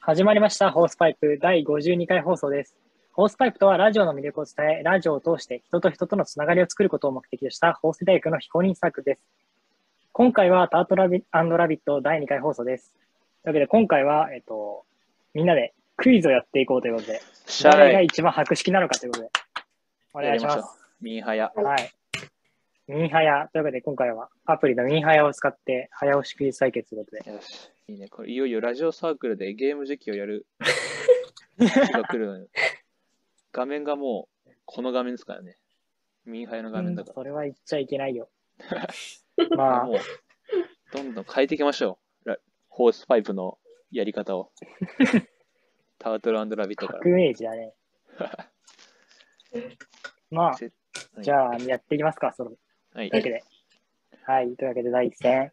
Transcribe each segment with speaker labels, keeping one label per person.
Speaker 1: 始まりました、ホースパイプ第52回放送です。ホースパイプとはラジオの魅力を伝え、ラジオを通して人と人とのつながりを作ることを目的とした法政大学の非公認サークルです。今回はタートラビラビット第2回放送です。というわけで今回は、えっと、みんなでクイズをやっていこうということで、
Speaker 2: シャ
Speaker 1: 誰が
Speaker 2: イ。
Speaker 1: 一番博識なのかということで、お願いします。
Speaker 2: ミーハヤ。
Speaker 1: はい。ミーハヤ。というわけで、今回はアプリのミーハヤを使って、早押しクイズ対決ということで。
Speaker 2: よし。いいね。これ、いよいよラジオサークルでゲーム実況 やる日が来るのよ画面がもう、この画面ですからね。ミーハヤの画面だ
Speaker 1: うん
Speaker 2: か
Speaker 1: それは言っちゃいけない よ。
Speaker 2: ら。
Speaker 1: まあ
Speaker 2: も、う、どんどん変えていきましょう。ラホースパイプのやり 方を。タートルラビットか
Speaker 1: 革命児だ ね。
Speaker 2: ら。
Speaker 1: まあ
Speaker 2: ぜ、
Speaker 1: じゃあ、やっていきますか、そのと
Speaker 2: はい
Speaker 1: いうわけ
Speaker 2: い。
Speaker 1: で。はい、というわけで、第1戦。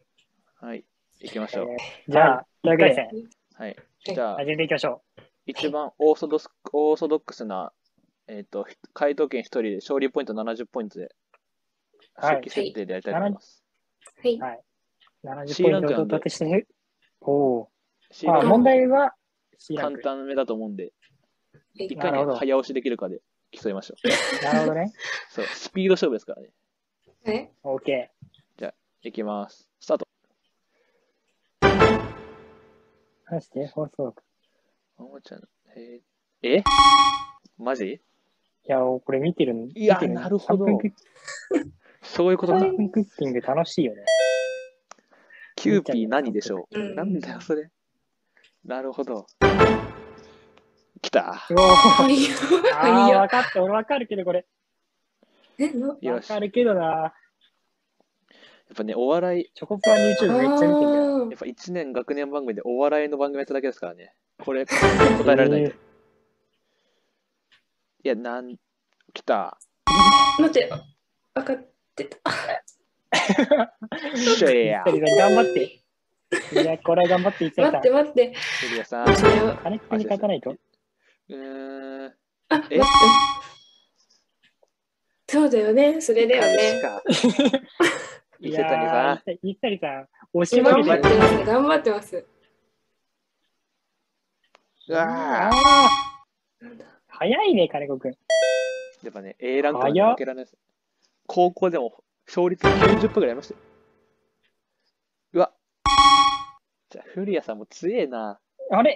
Speaker 2: はい。行きましょう。
Speaker 1: じゃあ、というわけ
Speaker 3: は
Speaker 1: で
Speaker 3: い、
Speaker 2: はい。じゃあ、
Speaker 1: 始めていきましょ
Speaker 2: 一番オーソドスオーソドックスな、えっとひ回答権一人で勝利ポイント70ポイントで、
Speaker 1: はい
Speaker 2: 初期設定でやりたいと思います。
Speaker 3: はい。
Speaker 1: う。70
Speaker 2: C
Speaker 1: ポイ
Speaker 2: ラ
Speaker 1: ン
Speaker 2: ン
Speaker 1: ト
Speaker 2: ク
Speaker 1: を
Speaker 2: なんで
Speaker 1: 到達して、おお。
Speaker 2: シー
Speaker 1: まあ、
Speaker 2: ル
Speaker 1: 問題は、C ラン
Speaker 2: 簡
Speaker 1: ク。
Speaker 2: 単めだと思うんで、い
Speaker 1: な
Speaker 2: か
Speaker 1: るほ
Speaker 2: に
Speaker 1: ど
Speaker 2: 早押しできるかで競いましょう。
Speaker 1: なるほどね。
Speaker 2: そう、スピード勝負ですからね。
Speaker 3: え
Speaker 1: OK。
Speaker 2: いきます。スタート。
Speaker 1: そして、放送局。
Speaker 2: おもちゃのえーえマジ
Speaker 1: いや、これ見てるん
Speaker 2: いや
Speaker 1: 見てね
Speaker 2: なるほど
Speaker 1: 3分クッ
Speaker 2: そういうことか。
Speaker 1: 3分クッキング楽しい よね。
Speaker 2: キューピー何でしょう。
Speaker 3: うん
Speaker 2: なんだよ、それ。なるほど。来た。
Speaker 1: うおー
Speaker 3: あいいよ。
Speaker 1: あ
Speaker 3: いい
Speaker 1: あ、
Speaker 3: よ
Speaker 1: 分。かった。俺分かるけど、これ。
Speaker 3: え、の
Speaker 2: よ
Speaker 1: 分
Speaker 2: し。
Speaker 1: か
Speaker 2: や
Speaker 1: るけどな。
Speaker 2: っぱね、お笑い、
Speaker 1: チョコプラの YouTube めっちゃ見てるよ。
Speaker 2: やっぱ1年学年番組でお笑いの番組やっただけですからね。これ、答えられない。
Speaker 1: え
Speaker 2: いや、なん、来た。
Speaker 3: あー待って、分かってた。
Speaker 2: シェ
Speaker 1: ー
Speaker 2: ア。
Speaker 1: ゆったりさん頑張って。いや、これは頑張っていきたい
Speaker 3: 待
Speaker 1: さ
Speaker 3: って、待って。
Speaker 2: セリアさん。
Speaker 3: それを。
Speaker 1: 金子に勝たないと。
Speaker 2: うーん。
Speaker 3: あ、待っ
Speaker 2: え
Speaker 3: て。そうだよね。それだよね。
Speaker 2: か。 伊
Speaker 1: い
Speaker 2: 勢
Speaker 1: や
Speaker 2: 谷
Speaker 1: ー
Speaker 2: さ
Speaker 1: 伊勢谷さん、押し負
Speaker 3: 頑
Speaker 1: け
Speaker 3: 張ってて
Speaker 1: る。
Speaker 3: ますね。頑張ってます。
Speaker 2: ん。うわ
Speaker 1: あ
Speaker 2: ー
Speaker 1: あ、
Speaker 3: なんだ
Speaker 1: 早いね、金子くん。
Speaker 2: やっぱね、A ランク
Speaker 1: 早っ
Speaker 2: は負けられないです。高校でも勝率90%ぐらいありましたよ。うわ。じゃあ、フリアさんも強えな。
Speaker 1: あれ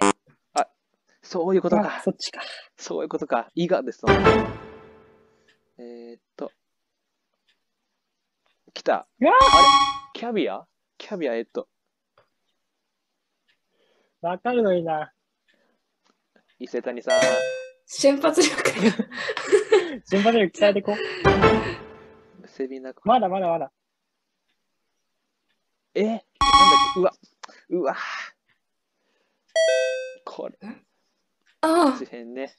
Speaker 2: そういうこと
Speaker 1: あ
Speaker 2: か。
Speaker 1: そっちか。
Speaker 2: そういうことか。伊賀ですもん。えー、っと。来た。
Speaker 1: うわ
Speaker 2: あれキャビアキャビア、えっと、
Speaker 1: わかるのにな。
Speaker 2: 伊勢谷さん。
Speaker 3: 瞬発力が。
Speaker 1: 順番で鍛えてこう。
Speaker 2: セビナコ。
Speaker 1: まだまだまだ。
Speaker 2: えなんだっけうわ。うわ。これ、
Speaker 3: あ
Speaker 2: 事変ね。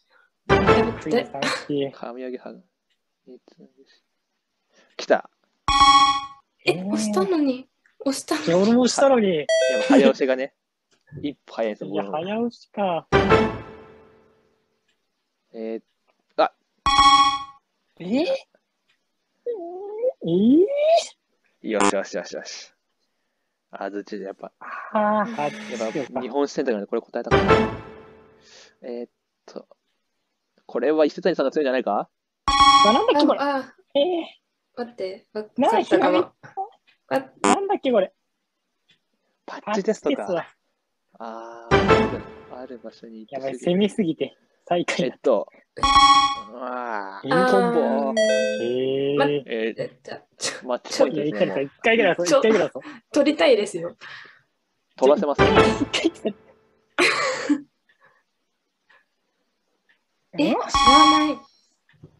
Speaker 3: あ、やべ
Speaker 1: クイズ
Speaker 3: だ
Speaker 1: さんし。
Speaker 2: 神上げはが。えっと来た。
Speaker 3: え、押したのに。押したの
Speaker 1: いや俺も押したのに。い
Speaker 2: やっぱ早押しがね。一歩早いですよ、
Speaker 1: や、
Speaker 2: 僕の
Speaker 1: 早押しか。
Speaker 2: えー、
Speaker 1: えええ
Speaker 2: よしよしよしよし。あ、どっちでやっぱ。
Speaker 1: ああ、はい。
Speaker 2: や っぱ日本選択なんでこれ答えたかった。えー、っと、これは伊勢谷さんが強いんじゃないか
Speaker 1: あなんだっけこれ。
Speaker 3: ああ、
Speaker 1: ええ
Speaker 3: 待って。わ
Speaker 1: な
Speaker 3: かったか
Speaker 1: ひら
Speaker 3: も。あ
Speaker 1: なんだっけこれ。
Speaker 2: パッ
Speaker 1: あ
Speaker 2: チテスト
Speaker 1: テスト
Speaker 2: か。
Speaker 1: だ
Speaker 2: あー、ある場所に行
Speaker 1: や
Speaker 2: っ
Speaker 1: ば
Speaker 2: て
Speaker 1: い、
Speaker 2: すぐ
Speaker 1: 攻めすぎて。最下
Speaker 2: え
Speaker 1: 位
Speaker 2: っ。と、あ
Speaker 1: えー
Speaker 2: ー、コンボ。
Speaker 1: え
Speaker 3: ま
Speaker 1: え
Speaker 2: え
Speaker 3: えじゃあちょ
Speaker 2: ー、マッチポイン
Speaker 1: い
Speaker 2: ト
Speaker 1: や、
Speaker 2: で
Speaker 1: 一
Speaker 2: す
Speaker 1: 回
Speaker 2: ね。
Speaker 1: だぞ
Speaker 2: もう
Speaker 1: 一回ぐらいだぞ、
Speaker 3: ちょ
Speaker 1: 一回ぐらいだぞ。
Speaker 3: 取りたいですよ。
Speaker 2: 取らせますね。
Speaker 1: 一回来た
Speaker 3: え、知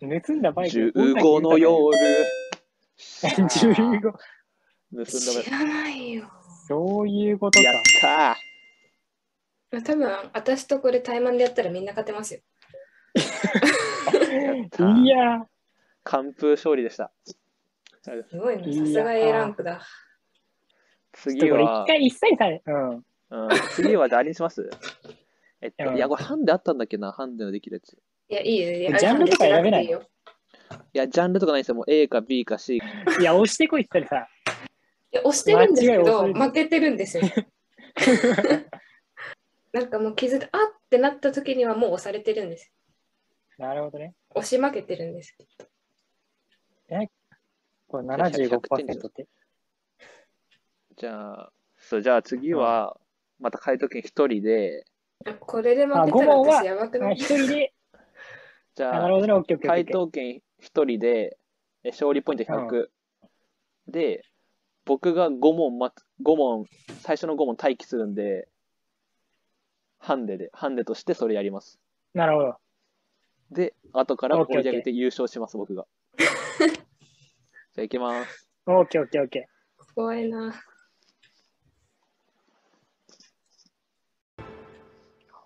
Speaker 3: らない。
Speaker 1: 盗んだバイク。
Speaker 2: 15 の夜。
Speaker 1: 15。
Speaker 2: 盗んだ
Speaker 3: 知らないよ。
Speaker 1: そういうこと
Speaker 2: やっ
Speaker 1: か。
Speaker 2: たー
Speaker 3: 多分私とこれ対マンでやったらみんな勝てますよ。
Speaker 2: やった
Speaker 1: い
Speaker 2: ー
Speaker 1: や
Speaker 2: 完封勝利でした。
Speaker 3: すごいね。
Speaker 1: いや
Speaker 3: さすが A ランク
Speaker 1: ー、
Speaker 3: だ。
Speaker 2: 次
Speaker 1: これ
Speaker 2: は
Speaker 1: 一、回一切され。うん。
Speaker 2: うん、次は誰に しますえっと、
Speaker 1: うん
Speaker 2: いや、これハンデあったんだっけな、ハンデのできるやつ。い
Speaker 3: いや、いいよ。いいよ
Speaker 1: ジャンルとか選べない
Speaker 3: よ。
Speaker 2: や、ジャンルとかないんですよ。もう A か B か C か。
Speaker 1: いや、押してこいって言ったら
Speaker 3: いや、押してるんですけ
Speaker 1: 間違い
Speaker 3: ど、
Speaker 1: 押される
Speaker 3: 負けてるんですよ。なんかもう気づいて、あっってなった時にはもう押されてるんです。
Speaker 1: なるほどね。
Speaker 3: 押し負けてるんです。
Speaker 1: これ
Speaker 2: ゃあ100点
Speaker 1: 75%って。
Speaker 2: じゃあ、そう、じゃあ次は、また回答権一人で、
Speaker 3: あこれで負けた
Speaker 1: あ
Speaker 3: ら
Speaker 1: 五問は
Speaker 3: 私やばくな
Speaker 1: あ
Speaker 3: い
Speaker 1: 一人で、
Speaker 2: じ
Speaker 1: あ
Speaker 2: ゃ
Speaker 1: な
Speaker 2: あ
Speaker 1: る、ほどね、オッケーオッケーオッ
Speaker 2: 回
Speaker 1: ケー。
Speaker 2: 答権一人で、え勝利ポイント100。で、僕が5問待つ、5問、最初の5問待機するんで、ハンデで、ハンデとしてそれやります。
Speaker 1: なるほど。
Speaker 2: で、後から
Speaker 1: オッケー
Speaker 2: 盛り上げて優勝します、僕 が。じゃあ、行きます。
Speaker 1: オッケーオッケーオッケ
Speaker 3: 怖いな。
Speaker 1: ー。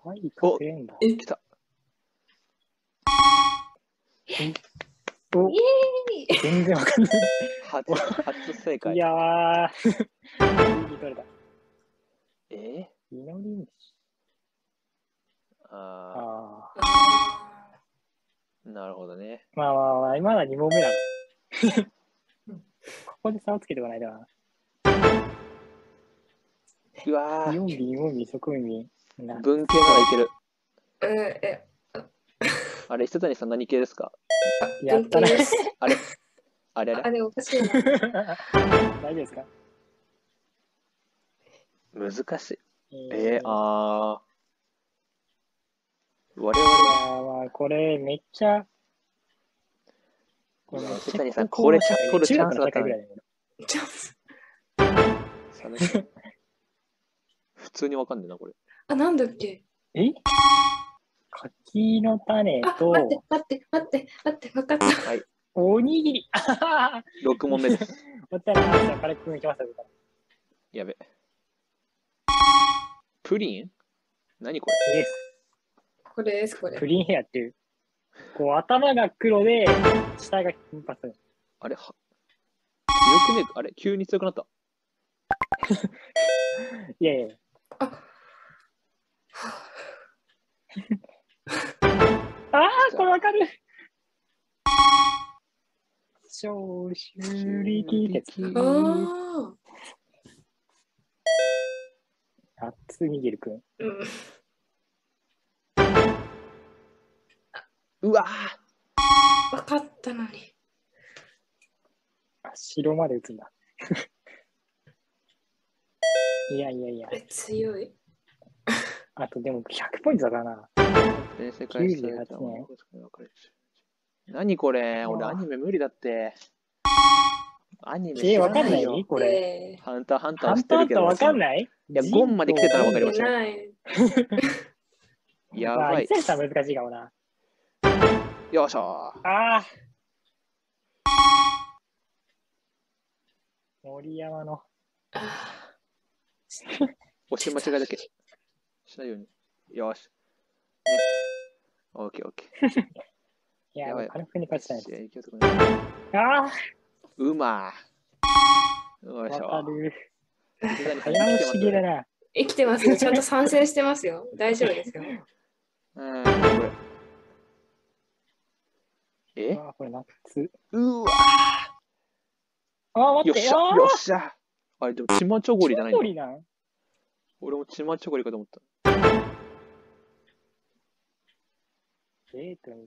Speaker 1: 可愛い子増えんだ。
Speaker 3: え
Speaker 2: 来た。
Speaker 1: お
Speaker 3: イエーイ
Speaker 1: 全然わかんない。
Speaker 2: 初、初正
Speaker 1: い
Speaker 2: 解。
Speaker 1: やー。次取れた。
Speaker 2: え ー、
Speaker 1: 祈り飯。
Speaker 2: あ
Speaker 1: あ
Speaker 3: あ
Speaker 2: ーなるほどね。
Speaker 1: ーまあまあまあ、今は2問目だ。ここで差をつけてこないとな。
Speaker 2: うわ
Speaker 1: イ
Speaker 2: ー
Speaker 1: オンビ、イオンビ、即運ビ。な
Speaker 2: 文系ならいける。
Speaker 3: ーうん、え、
Speaker 2: あれ、一谷さん何系ですか
Speaker 1: やったな
Speaker 3: 文系です
Speaker 2: あれあれあ
Speaker 3: あ
Speaker 2: れ
Speaker 3: れおかしいな。
Speaker 1: 大丈夫ですか
Speaker 2: 難しい。
Speaker 1: え
Speaker 2: えー、
Speaker 1: あ
Speaker 2: あー。我
Speaker 1: い
Speaker 2: 々、
Speaker 1: やーまあ、これめっちゃ。こ
Speaker 2: う
Speaker 1: めっ
Speaker 2: わ
Speaker 1: ちゃ
Speaker 2: 瀬谷さん
Speaker 1: 高校の
Speaker 2: これ取るチャンス
Speaker 1: 中学の
Speaker 2: だった
Speaker 1: 社会
Speaker 2: の
Speaker 1: ぐ
Speaker 2: に
Speaker 1: らいだよね
Speaker 3: チャンス。
Speaker 2: さね 普通にわかんねえな、これ。
Speaker 3: あ、なんだっけ
Speaker 1: え柿の種
Speaker 3: あ、
Speaker 1: と
Speaker 3: 待って、待って、待って、待って、分かった。
Speaker 2: はい、
Speaker 1: おにぎり。あ ははは
Speaker 2: 6問目です。
Speaker 1: おったら、あカレー君いきますよ。
Speaker 2: やべ。プリン何これ
Speaker 1: です。
Speaker 3: これです、これ
Speaker 1: プ。リンヘアっていう。こう、頭が黒で、下が金髪。
Speaker 2: あれは強くねえあれ急に強くなった。
Speaker 1: いやいや。
Speaker 3: あ、はあ
Speaker 1: ああ、これわかる。消臭力鉄。
Speaker 3: あー。
Speaker 1: あっつにぎるくん。
Speaker 3: うん。
Speaker 2: うわぁ
Speaker 3: 分かったのに。
Speaker 1: あ、城まで打つんだ。 いやいやいや
Speaker 3: こ。れ強い。
Speaker 1: あとでも100ポイントだからな。
Speaker 2: 全世界史
Speaker 1: 98年
Speaker 2: 何これ
Speaker 1: うわ
Speaker 2: 俺アニメ無理だって。アニメ
Speaker 1: えー、わかん
Speaker 2: 知ら
Speaker 1: ないよ、これ。
Speaker 3: え
Speaker 2: ハンターハンター
Speaker 1: ハ
Speaker 2: は知
Speaker 1: ン
Speaker 2: って
Speaker 1: タ
Speaker 2: る
Speaker 1: ー
Speaker 2: け
Speaker 1: と
Speaker 2: ど。
Speaker 1: わかんない
Speaker 2: いやゴンまで来てたらわかりま
Speaker 3: ー、
Speaker 2: した
Speaker 3: ない。
Speaker 2: そのや
Speaker 1: まあ、
Speaker 2: ばい
Speaker 1: 伊。勢さん難しいかもな。
Speaker 2: よいしょ
Speaker 1: ああ。森山の。
Speaker 3: あ
Speaker 2: 押し間違いだけ。しないように。よし。ね。オッケーオッケ
Speaker 1: いや、
Speaker 2: やばい
Speaker 1: カルフに勝ちたい
Speaker 2: ー。
Speaker 1: で
Speaker 2: いけるとこない
Speaker 1: す。あ
Speaker 2: うまぁ。よ
Speaker 1: あ、
Speaker 2: いしょ。
Speaker 1: わかる。
Speaker 2: 水谷さん
Speaker 1: 早
Speaker 2: 生
Speaker 1: 押
Speaker 2: きてま
Speaker 1: し
Speaker 2: す
Speaker 1: げだ
Speaker 2: ね
Speaker 1: な。
Speaker 3: 生きてますよ。ちゃんと参戦してますよ。大丈夫ですよ。
Speaker 2: うん、これ。え
Speaker 1: ああ、これナッツ。
Speaker 2: うわ
Speaker 1: ああ、待
Speaker 2: よ
Speaker 1: っ
Speaker 2: ってしゃよっしゃあれ、でも、ちまちょ
Speaker 1: ゴ
Speaker 2: ごりじゃないんだ。
Speaker 1: リなん
Speaker 2: 俺もちまちょごりかと思った。
Speaker 1: えーとに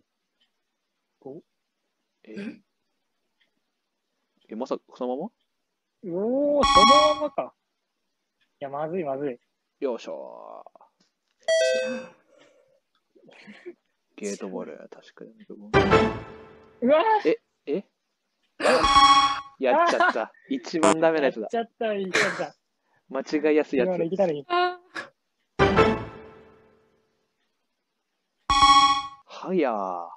Speaker 2: ええ、まさか、そのまま
Speaker 1: おお、そのままか。いや、まずいまずい。
Speaker 2: よっしゃー。ゲートボール、確かに。
Speaker 1: うわ
Speaker 2: えやっちゃった。一番ダメ
Speaker 1: ー
Speaker 2: な
Speaker 1: やっ
Speaker 2: やつ
Speaker 1: ち
Speaker 2: だ。
Speaker 1: ゃった、いっちゃった。
Speaker 2: 間違いやすいや
Speaker 1: 今の
Speaker 2: つ
Speaker 1: で。きたのに。
Speaker 3: あー
Speaker 2: はやー。あ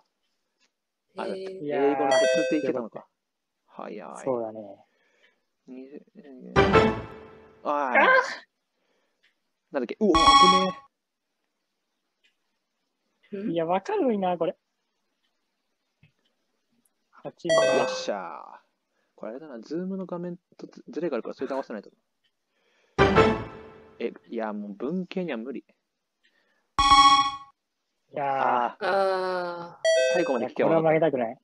Speaker 2: だって
Speaker 3: え
Speaker 1: い
Speaker 3: ー
Speaker 1: やー
Speaker 2: 英語の説っていけたのか。はやーい。
Speaker 1: そうだね。
Speaker 2: にえーあーなんだっけうお、危ね
Speaker 1: いや、わかるのにな、これ。8
Speaker 2: え。よっ
Speaker 1: 番。
Speaker 2: しゃー。これあれだな、ズームの画面とずずれがあるから、それと合わせないと。え、いや、もう文系には無理。
Speaker 1: いや
Speaker 2: ああ、
Speaker 3: あ
Speaker 2: 最後ま
Speaker 1: ー、いや
Speaker 2: で
Speaker 1: こ
Speaker 2: 聞け
Speaker 1: れ
Speaker 2: ば
Speaker 1: は
Speaker 2: よか
Speaker 1: 負けた
Speaker 2: っ
Speaker 1: くない。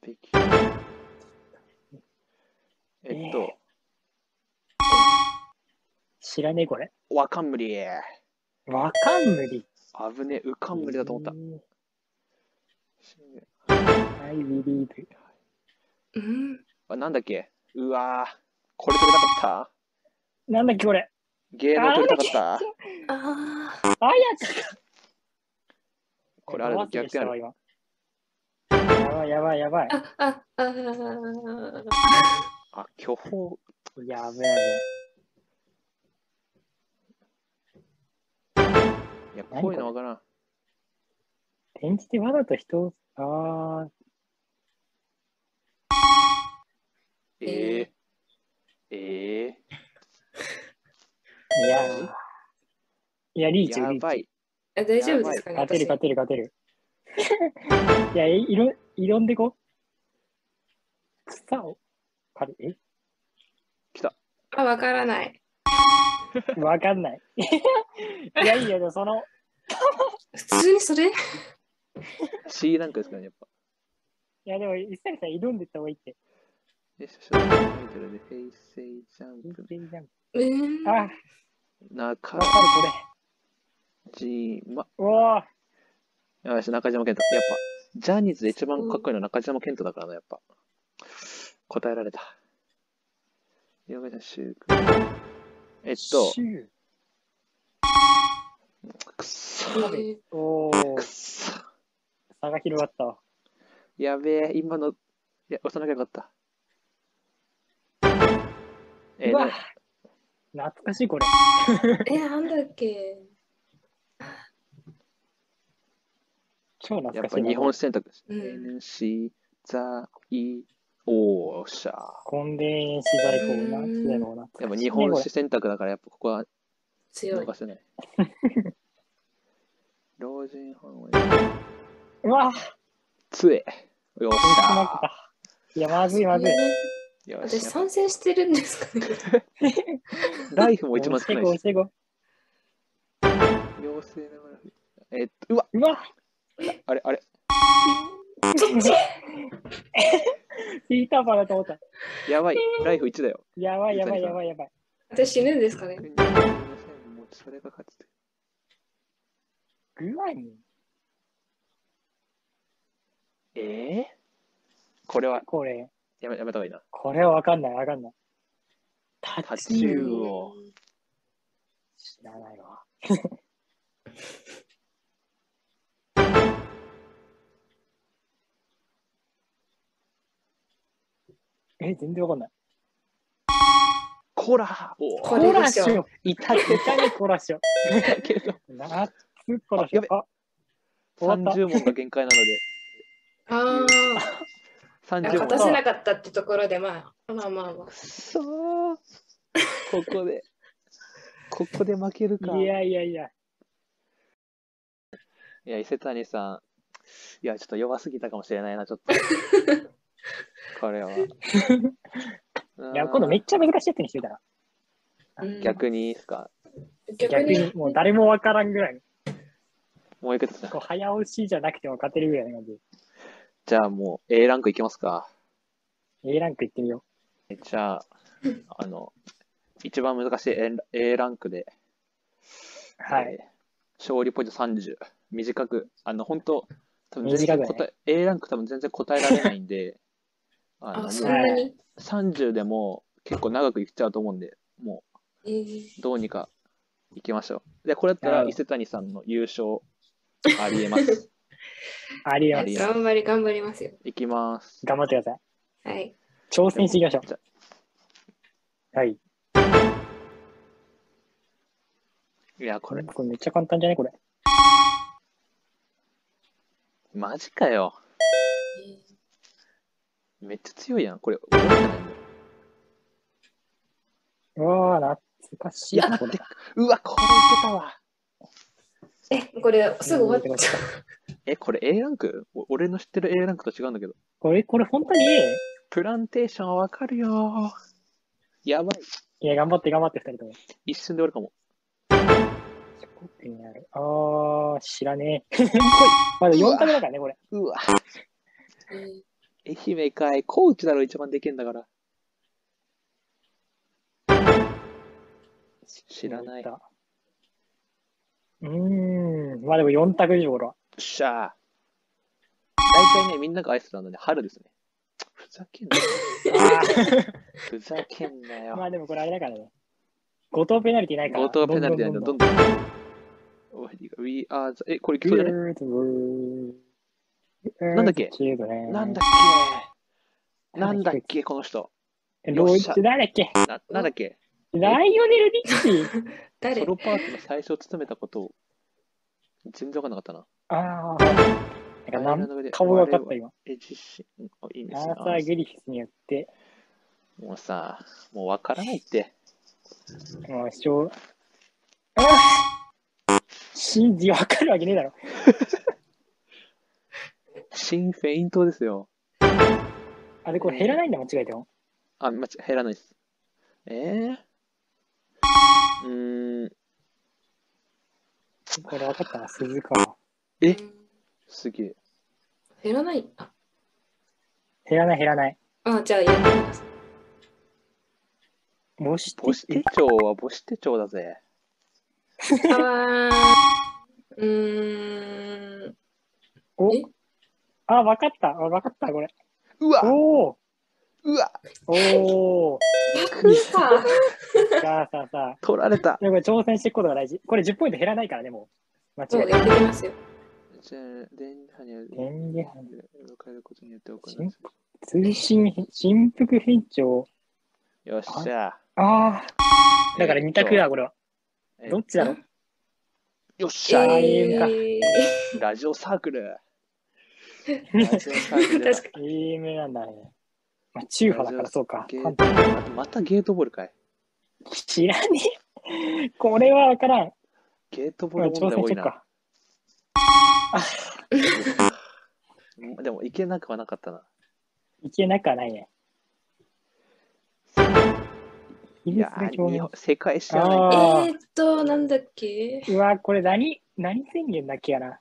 Speaker 2: たできるえっと、
Speaker 1: 知らねえ、これ。
Speaker 2: わかんむり。
Speaker 1: わかんむり。
Speaker 2: 危ねえ、うかんむりだと思った
Speaker 1: え。ー。I believe.
Speaker 3: うん。
Speaker 2: あなんだっけうわーこれ取りたかった
Speaker 1: なんだっけ、これ。
Speaker 2: 芸能取りたかっ
Speaker 1: あ
Speaker 2: た
Speaker 3: ああ。
Speaker 1: やか
Speaker 2: これあれだ逆やろ。
Speaker 1: やばいやばいやばい。
Speaker 3: あ、あ、ああ。
Speaker 2: あ、巨峰。
Speaker 1: やべえ。
Speaker 2: いや、
Speaker 1: 何
Speaker 2: こういうのわからん。
Speaker 1: 転じてわざと人を、あ
Speaker 2: え
Speaker 3: え
Speaker 2: えええ
Speaker 1: ー、いやー。いや、リーチ、
Speaker 2: や
Speaker 1: リー
Speaker 2: ば
Speaker 1: チ。
Speaker 2: い。
Speaker 3: え大丈夫ですかね
Speaker 1: 勝てる、
Speaker 3: 私。
Speaker 1: 勝てる、勝てる。いや、えいろ、いろんでこう。草を刈る。
Speaker 3: あ、わからない。
Speaker 1: えわかんない。いや、いいよ、でもその、
Speaker 3: 普通にそれ
Speaker 2: C ランクですからね、やっぱ。
Speaker 1: いや、でも、一切さん挑んでった方がいいって。
Speaker 2: よいしょ、タイトルで、平成ジャン
Speaker 1: 全
Speaker 2: プ。
Speaker 1: 然じゃん
Speaker 3: うーん。
Speaker 1: あ、わかる、
Speaker 2: 中
Speaker 1: これ。
Speaker 2: 島。
Speaker 1: おぉ、
Speaker 2: よし、中島健太。やっぱ、ジャニーズで一番かっこいいのは中島健太だからな、やっぱ。答えられた。よめさん、シュウ君えっと、
Speaker 1: シュ
Speaker 2: くっそ。
Speaker 3: えー
Speaker 1: ーお
Speaker 2: く
Speaker 1: ぉ、
Speaker 2: っそ。
Speaker 1: 差が広がったわ。
Speaker 2: やべえ、今の、いや、押さなきゃよかった。えー
Speaker 1: うわ
Speaker 2: な
Speaker 1: 懐かしい、これ。
Speaker 3: え、なんだっけ
Speaker 1: 超懐
Speaker 2: や
Speaker 1: か
Speaker 2: っ
Speaker 1: しい
Speaker 2: ぱ
Speaker 1: な。
Speaker 2: 日本選択肢。
Speaker 3: うん
Speaker 2: NC、ザ、イ、おーしゃ
Speaker 1: コンデンシ在庫
Speaker 3: うん
Speaker 1: なんつだろうな。
Speaker 2: ー。やっぱ日本史選択だから、やっぱここは
Speaker 3: 強い
Speaker 2: 逃。せない。 老人ホーム、
Speaker 1: うわぁ、
Speaker 2: つえ。よっし
Speaker 1: 少なく
Speaker 2: ゃ
Speaker 1: た。いや、まずい、まずい
Speaker 3: え。
Speaker 2: ー。
Speaker 3: ー
Speaker 2: よっ
Speaker 3: 私
Speaker 2: しゃー
Speaker 3: 参戦してるんですかね
Speaker 2: ライフも一番少ない
Speaker 1: 押
Speaker 2: し
Speaker 1: し。てこう、押してこ
Speaker 2: 妖精のマラフィえっと、うわ、
Speaker 1: う。うわ
Speaker 2: あれ、あれ。
Speaker 3: そっち
Speaker 1: ピーターパンだと思った。
Speaker 2: やばい。ライフ1だよ。
Speaker 1: やばい、やばい、やばい、やばい。
Speaker 3: 私死ぬんですかね
Speaker 2: もうそれが勝ちて。
Speaker 1: グアニ
Speaker 2: ええこれは
Speaker 1: これ、
Speaker 2: やめやめた方がいいな。
Speaker 1: これはわかんない、わかんない。タチ
Speaker 2: 竜
Speaker 1: ウオ。
Speaker 2: を
Speaker 1: 知らないわ。 え、全然わかんない。
Speaker 2: コラお
Speaker 3: これで
Speaker 1: ラ
Speaker 3: しょ
Speaker 1: ショ。
Speaker 2: いた
Speaker 1: いかにコラショ。
Speaker 2: だけど、
Speaker 1: なっつコラシ
Speaker 2: あや
Speaker 1: ョ
Speaker 2: べ。
Speaker 1: あ、終わった
Speaker 2: 30問が限界なので、
Speaker 3: ああ、
Speaker 2: 30
Speaker 3: 勝た
Speaker 2: 問。
Speaker 3: せなかったってところで、まあ、まあまあまあ
Speaker 2: く。そーここで、ここで負けるか。
Speaker 1: い
Speaker 2: いや、
Speaker 1: やいやいや。
Speaker 2: 伊勢谷さん、いや、ちょっと弱すぎたかもしれないな、ちょ っと。これは。
Speaker 1: いや、今度めっちゃ難しいやつにしてみたら。
Speaker 3: うん
Speaker 2: 逆にいいですか
Speaker 3: 逆
Speaker 1: 逆に
Speaker 3: に、
Speaker 1: もう誰もわからんぐらい。
Speaker 2: もういくつだ
Speaker 1: こう早押しじゃなくても勝てるぐらいの感じ。
Speaker 2: じゃあもう A ランクいきますか。
Speaker 1: A ランクいってみよ
Speaker 2: じゃあ、あの、一番難しい A ラ A ランクで、
Speaker 1: う。はい。
Speaker 2: えー勝利ポイント30。短く、あの、本当多分
Speaker 1: 短くね
Speaker 2: 全然答え、A ランク多分全然答えられない んで、あの、も
Speaker 3: あ、
Speaker 2: う
Speaker 3: そんなに、
Speaker 2: 30でも結構長くいっちゃうと思うんで、も
Speaker 3: えー
Speaker 2: うどうにかいきましょう。で、これだった
Speaker 1: なる
Speaker 2: ら
Speaker 1: ほど
Speaker 2: 伊勢谷さんの優勝ありえ ます。
Speaker 1: ありえま
Speaker 2: あ
Speaker 1: す
Speaker 2: り。
Speaker 3: 頑張り、頑張りますよ。
Speaker 2: いきます。
Speaker 1: 頑張ってください。
Speaker 3: はい。
Speaker 1: 挑戦していきましょ
Speaker 2: じゃ
Speaker 1: う。はい。
Speaker 2: いや、こ
Speaker 1: こ
Speaker 2: れ
Speaker 1: れ、、これめっちゃ簡単じゃないこれ。
Speaker 2: マジかよ。めっちゃ強いやん。これ、覚えてないんだ
Speaker 1: うわー、懐かし
Speaker 2: い
Speaker 1: い
Speaker 2: や、
Speaker 1: な。
Speaker 2: 待
Speaker 1: こ
Speaker 2: っ
Speaker 1: れ
Speaker 2: て、うわ、これいけたわ。
Speaker 3: えーえ、これ、すぐ終わっちゃう。
Speaker 2: え、これ A ランクお俺の知ってる A ランクと違うんだけど。
Speaker 1: これ、これ本当にいい
Speaker 2: プランテーションはわかるよー。やばい。
Speaker 1: いや、頑張って頑張って、二人とも。
Speaker 2: 一瞬で終わるかも。
Speaker 1: 四国にある。あー、知らねえ。 まだ4回目だからね、これ。
Speaker 2: うわ。
Speaker 3: うん
Speaker 2: 愛媛かい。高知だろ、一番でけんだから。知らない。
Speaker 1: う
Speaker 2: よ
Speaker 1: ーん。まあでも4択でしょ、これは。
Speaker 2: っしゃー。大体ね、みんなが愛してたのはね、春ですね。ふざけんなよ。ふざけんな
Speaker 1: ま
Speaker 2: よ。
Speaker 1: あでもこれあれだからね。後藤ペナルティないから。
Speaker 2: 強盗ペナルティなんだ、どんどん。終わりが We are the... え、これいきそうじゃないなんだっけなんだっけなんだっけこの人。
Speaker 1: けロイ誰だっけ
Speaker 2: ななんだっけ
Speaker 1: ライオネル・リッチー
Speaker 3: 誰
Speaker 2: ソロパートの最初を務めたことを全然わかんなかったな。
Speaker 1: ああ。なんかなん顔が分かった今。
Speaker 2: え、実身。あいいんで
Speaker 1: アー
Speaker 2: す
Speaker 1: サ
Speaker 2: よ。
Speaker 1: ー・グリフィスによって、
Speaker 2: もうさ、もうわからないって。
Speaker 1: もうしょう。あシンジ分かるわけねえだろ。
Speaker 2: 新フェイントですよ。
Speaker 1: あれこれ減らないんだ、間違えても。
Speaker 2: あ、間違え、減らないです。えー、うーん、
Speaker 1: これ分かったな、鈴か。
Speaker 2: え
Speaker 3: うん
Speaker 2: すげえ。
Speaker 3: 減らない。あ、
Speaker 1: 減らない、減らない。
Speaker 3: あじゃあやってみます。
Speaker 1: 母子
Speaker 2: 母子手帳は母子手帳だぜ。
Speaker 3: あーうーん。
Speaker 1: お
Speaker 3: え
Speaker 1: あ、分かった、あ分かった、これ。
Speaker 2: うわ
Speaker 1: おお
Speaker 2: うわ
Speaker 1: おお
Speaker 3: 逆か。
Speaker 1: じゃあさあさあ。
Speaker 2: 取られた。
Speaker 1: でもこれ挑戦していくことが大事。これ10ポイント減らないからね、もう。間
Speaker 3: そ
Speaker 1: 違
Speaker 3: う、
Speaker 1: えない。
Speaker 3: やってみますよ。
Speaker 2: じゃあ、電波には
Speaker 1: 電磁波
Speaker 2: 変えることによって行
Speaker 1: 進通信へ、振幅変調。
Speaker 2: う。よっしゃ。
Speaker 1: ああ。だから2択だ、これは。
Speaker 2: えっと。
Speaker 1: どっちだろう
Speaker 2: よっしゃ、
Speaker 1: えー
Speaker 2: ラジオサークル。 ラジオサークル だ。
Speaker 3: 確か
Speaker 1: ?AM なんだね。まあ、中波だからそうか。
Speaker 2: ゲートあとまたゲートボールかい。
Speaker 1: 知らねえ。これはわからん。
Speaker 2: ゲートボ
Speaker 1: ま
Speaker 2: ー
Speaker 1: あ
Speaker 2: ル
Speaker 1: 挑
Speaker 2: 問題
Speaker 1: 戦し
Speaker 2: 多
Speaker 1: て
Speaker 2: い
Speaker 1: いく
Speaker 2: な。
Speaker 1: か。
Speaker 2: うんでも、いけなくはなかったな。
Speaker 1: いけなくはないね。秘
Speaker 2: い
Speaker 1: 密
Speaker 2: や
Speaker 1: の
Speaker 2: ー、
Speaker 1: 表現
Speaker 2: 日本。世界史じゃない。
Speaker 1: あー
Speaker 3: えーっと、なんだっけ
Speaker 1: うわ、これ何、何宣言だっけやな。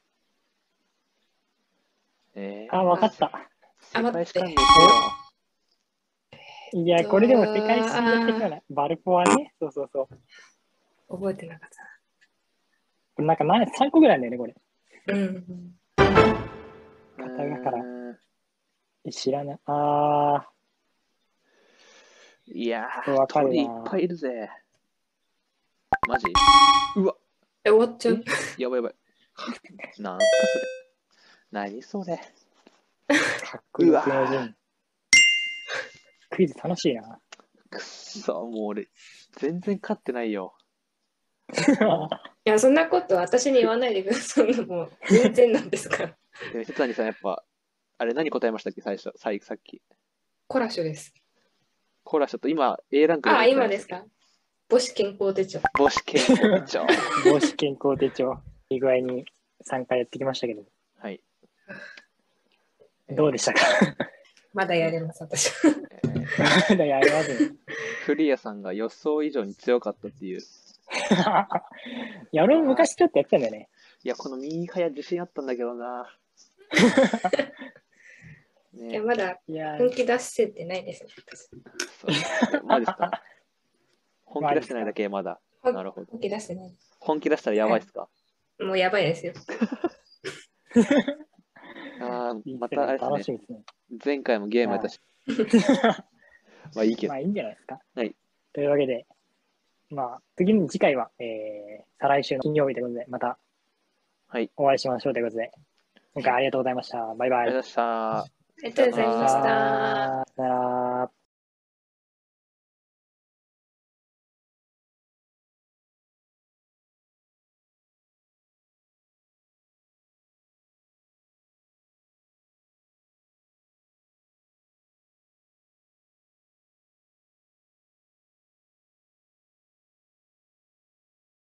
Speaker 2: えー
Speaker 1: あ、わかった。
Speaker 3: あ
Speaker 2: 世
Speaker 3: 待
Speaker 2: 界
Speaker 3: っ
Speaker 2: 史
Speaker 3: て
Speaker 2: 関連してよ。
Speaker 1: いや、これでも世界史的なな。バルポアね。そうそうそう。
Speaker 3: 覚えてなかっ
Speaker 1: これなんか何3個ぐらいあるんだよね、これ。
Speaker 3: た。うん。
Speaker 1: 片側から
Speaker 2: うーん
Speaker 1: え知らない。あ
Speaker 2: いや
Speaker 1: これ
Speaker 2: ー、
Speaker 1: わかるな
Speaker 2: 鳥いっぱいいるぜ。マジうわ、
Speaker 3: え、終わっちゃう。
Speaker 2: やばいやばい。 なんすかそれ。何それ。
Speaker 1: ー、かっこいいわ。芸能人クイズ楽しい な。
Speaker 2: くっそ、もう俺、全然勝ってないよ。
Speaker 3: いや、そんなこと私に言わないでください。そんなもう、全然なんですから。
Speaker 2: でも、ひつさんやっぱ、あれ何答えましたっけ、最初、最さっき。
Speaker 3: コラッシュです。
Speaker 2: コーラしちゃった。今、A ランク
Speaker 3: あ、今です。か。母子健康手帳。
Speaker 2: 母子健康部長。
Speaker 1: 母子健康手帳、いい具合に3回やってきましたけど、
Speaker 2: はい。
Speaker 1: どうでしたか
Speaker 3: まだやれます、私。
Speaker 2: えー
Speaker 1: まだやります ね。
Speaker 2: フリアさんが予想以上に強かったっていう。い
Speaker 1: いや、俺も昔ちょっとやってたんだよね。
Speaker 2: や、この右早自信あったんだけどな。
Speaker 3: い
Speaker 2: ね
Speaker 3: や、まだ
Speaker 1: いや
Speaker 3: 本気出せてないですね。私
Speaker 2: そうマジですか本気出してないだけまだ。
Speaker 3: 本
Speaker 2: なるほど。
Speaker 3: 本気出してない。
Speaker 2: 本気出したらやばいですか
Speaker 3: もうやばいですよ。
Speaker 2: ああ、
Speaker 1: ー、
Speaker 2: またあれ
Speaker 1: 楽
Speaker 2: です
Speaker 1: し
Speaker 2: ね。
Speaker 1: みですね。
Speaker 2: 前回もゲームやったし。まあいいけど
Speaker 1: まあ。いいんじゃないですか。
Speaker 2: はい
Speaker 1: というわけで、まあ、次の次回は、えー、再来週の金曜日ということで、また
Speaker 2: はい。
Speaker 1: お会いしましょうということで、今回ありがとうございました。バイ
Speaker 2: あ
Speaker 1: バ
Speaker 2: り
Speaker 1: イ。
Speaker 2: がとうございました。
Speaker 3: ありがとうございまし
Speaker 1: さ
Speaker 3: た。
Speaker 1: よなら。